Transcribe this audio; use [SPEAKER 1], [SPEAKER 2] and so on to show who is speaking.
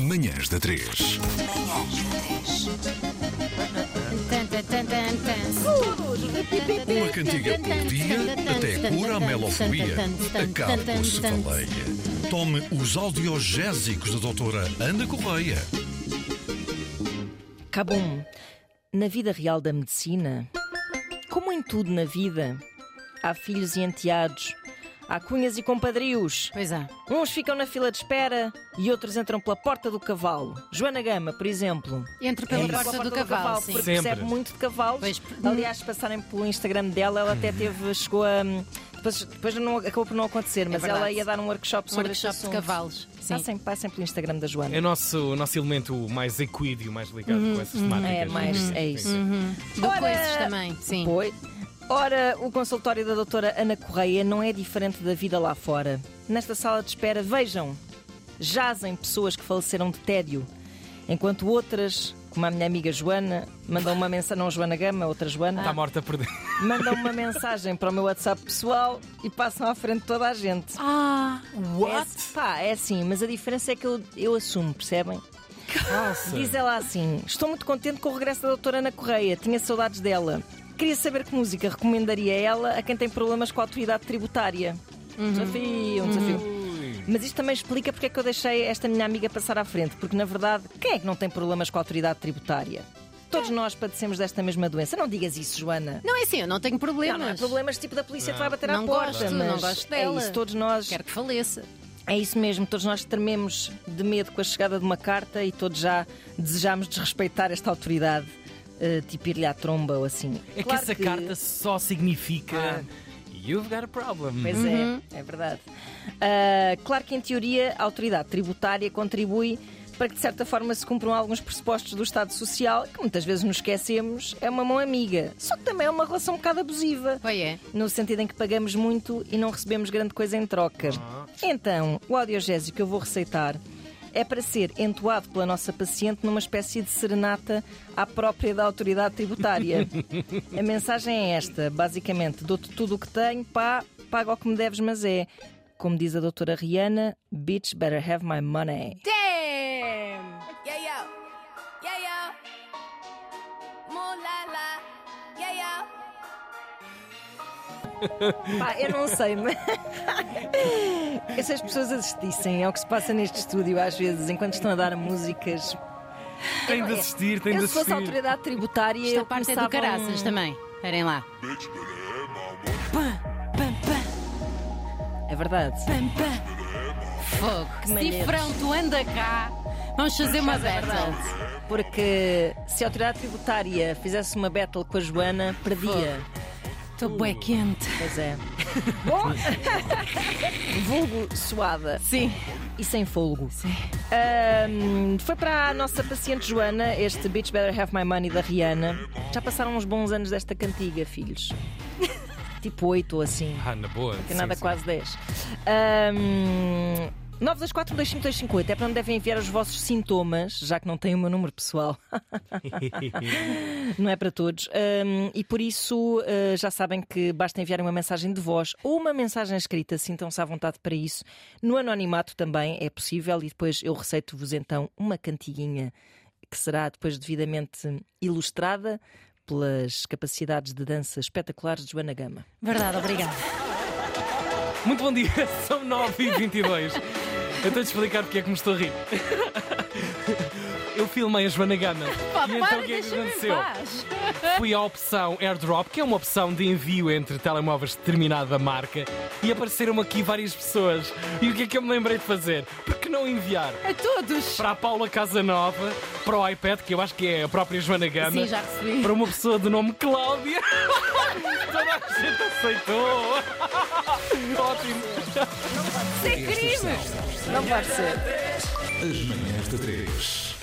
[SPEAKER 1] Manhãs da 3.
[SPEAKER 2] Uma
[SPEAKER 1] Uma cantiga por dia até cura a melofobia. Acabe com a cefaleia. Tome os audiogésicos da doutora Ana Correia.
[SPEAKER 3] Cabum, na vida real da medicina, como em tudo na vida, há filhos e enteados, há cunhas e compadrios.
[SPEAKER 2] Pois é.
[SPEAKER 3] Uns ficam na fila de espera e outros entram pela porta do cavalo. Joana Gama, por exemplo.
[SPEAKER 2] Entro pela
[SPEAKER 3] Entra
[SPEAKER 2] porta
[SPEAKER 3] pela
[SPEAKER 2] do cavalo, sim.
[SPEAKER 3] porque percebe muito de cavalos.
[SPEAKER 2] Pois.
[SPEAKER 3] Aliás, se passarem pelo Instagram dela, ela até teve, chegou a. Depois, depois não, acabou por não acontecer, mas ela
[SPEAKER 2] É verdade.
[SPEAKER 3] ia dar um workshop
[SPEAKER 2] Um
[SPEAKER 3] sobre este
[SPEAKER 2] workshop de
[SPEAKER 3] assunto.
[SPEAKER 2] cavalos. Sim.
[SPEAKER 3] Passem, passem pelo Instagram da Joana.
[SPEAKER 4] É o nosso, o nosso elemento mais equídeo, mais ligado com essas temáticas. Uhum.
[SPEAKER 3] É, mais- é isso.
[SPEAKER 2] Do
[SPEAKER 3] Ora-
[SPEAKER 2] coices também, sim.
[SPEAKER 3] Pois. Ora, o consultório da doutora Ana Correia não é diferente da vida lá fora. Nesta sala de espera, vejam, jazem pessoas que faleceram de tédio, enquanto outras, como a minha amiga Joana, mandam uma mensagem, não Joana Gama, outra
[SPEAKER 4] Está
[SPEAKER 3] Joana,
[SPEAKER 4] Tá morta É por dentro.
[SPEAKER 3] mandam uma mensagem para o meu WhatsApp pessoal e passam à frente de toda a gente.
[SPEAKER 2] Ah,
[SPEAKER 3] É, pá, é assim, mas a diferença é que eu, eu assumo, percebem? Diz ela assim: Estou muito contente com o regresso da doutora Ana Correia, tinha saudades dela. Queria saber que música recomendaria ela a quem tem problemas com a autoridade tributária. Desafio, um desafio. Mas isto também explica porque é que eu deixei esta minha amiga passar à frente, porque na verdade, quem é que não tem problemas com a autoridade tributária? Todos nós padecemos desta mesma doença. Não digas isso, Joana.
[SPEAKER 2] Não é assim, eu não tenho
[SPEAKER 3] Não,
[SPEAKER 2] problemas.
[SPEAKER 3] não é problemas tipo da polícia que vai bater à
[SPEAKER 2] Não
[SPEAKER 3] porta.
[SPEAKER 2] gosto,
[SPEAKER 3] mas
[SPEAKER 2] não gosto
[SPEAKER 3] É
[SPEAKER 2] dela.
[SPEAKER 3] isso, todos nós
[SPEAKER 2] Quero que faleça.
[SPEAKER 3] é isso mesmo, todos nós trememos de medo com a chegada de uma carta e todos já desejamos desrespeitar esta autoridade, eh, tipo ir-lhe à tromba ou assim.
[SPEAKER 4] É que
[SPEAKER 3] Claro Ah.
[SPEAKER 4] essa carta só significa You've got a problem.
[SPEAKER 3] Pois
[SPEAKER 2] Uhum.
[SPEAKER 3] é, é verdade. Ah, claro que, em teoria, a autoridade tributária contribui para que, de certa forma, se cumpram alguns pressupostos do Estado Social, que muitas vezes nos esquecemos, é uma mão amiga. Só que também é uma relação um bocado abusiva.
[SPEAKER 2] Pois é.
[SPEAKER 3] no sentido em que pagamos muito e não recebemos grande coisa em troca. Então, o audiogésio que eu vou receitar é para ser entoado pela nossa paciente numa espécie de serenata à própria da autoridade tributária. A mensagem é esta, basicamente: dou-te tudo o que tenho, pá, paga o que me deves, mas é. Como diz a doutora Rihanna, bitch better have my money.
[SPEAKER 5] Damn! Yeah, yo. Yeah, yo. More la la. Yeah, yo.
[SPEAKER 3] É, Pá, eu não sei, mas. se as pessoas assistissem ao que se passa neste estúdio, às vezes, enquanto estão a dar músicas,
[SPEAKER 4] Tem de assistir, tem de
[SPEAKER 3] é. Eu, se fosse
[SPEAKER 4] assistir.
[SPEAKER 3] a autoridade tributária,
[SPEAKER 2] Esta
[SPEAKER 3] eu
[SPEAKER 2] parte é
[SPEAKER 3] começava
[SPEAKER 2] do caraças
[SPEAKER 3] um-
[SPEAKER 2] também. Esperem lá.
[SPEAKER 3] É verdade.
[SPEAKER 2] Fogo.
[SPEAKER 3] maneiras. é
[SPEAKER 2] Cifrão, tu anda cá. Vamos fazer uma battle.
[SPEAKER 3] Porque se a autoridade tributária fizesse uma battle com a Joana, perdia.
[SPEAKER 2] Estou bué quente.
[SPEAKER 3] Pois é. Bom, vulgo suada
[SPEAKER 2] Sim.
[SPEAKER 3] e sem folgo.
[SPEAKER 2] Sim.
[SPEAKER 3] Ahm, foi para a nossa paciente Joana este Bitch Better Have My Money da Rihanna. Já passaram uns bons anos desta cantiga, filhos. tipo 8 ou assim.
[SPEAKER 4] Ah, na boa.
[SPEAKER 3] Que
[SPEAKER 4] sim,
[SPEAKER 3] nada
[SPEAKER 4] sim.
[SPEAKER 3] quase 10. Ahm, 924-12558 é para onde devem enviar os vossos sintomas, já que não tem o meu número pessoal. não é para todos. Ahm, e por isso ah, já sabem que basta enviar uma mensagem de voz ou uma mensagem escrita, sintam-se à vontade para isso. No anonimato também é possível e depois eu receito-vos então uma cantiguinha que será depois devidamente ilustrada pelas capacidades de dança espetaculares de Joana Gama.
[SPEAKER 2] Verdade, obrigada.
[SPEAKER 4] Muito bom dia, são 9h22. Eu estou a explicar porque é que me estou a rir. Eu filmei a Joana Gama.
[SPEAKER 2] Pá,
[SPEAKER 4] e então
[SPEAKER 2] para,
[SPEAKER 4] o que é que
[SPEAKER 2] deixa-me em
[SPEAKER 4] aconteceu?
[SPEAKER 2] paz.
[SPEAKER 4] Fui à opção airdrop, que é uma opção de envio entre telemóveis de determinada marca, e apareceram aqui várias pessoas. E o que é que eu me lembrei de fazer? Por que não enviar?
[SPEAKER 2] A É todos.
[SPEAKER 4] Para a Paula Casanova, para o iPad, que eu acho que é a própria Joana Gama.
[SPEAKER 2] Sim, já recebi.
[SPEAKER 4] Para uma pessoa de nome Cláudia. Toda a gente aceitou. Ótimo.
[SPEAKER 1] As Manhãs da 3.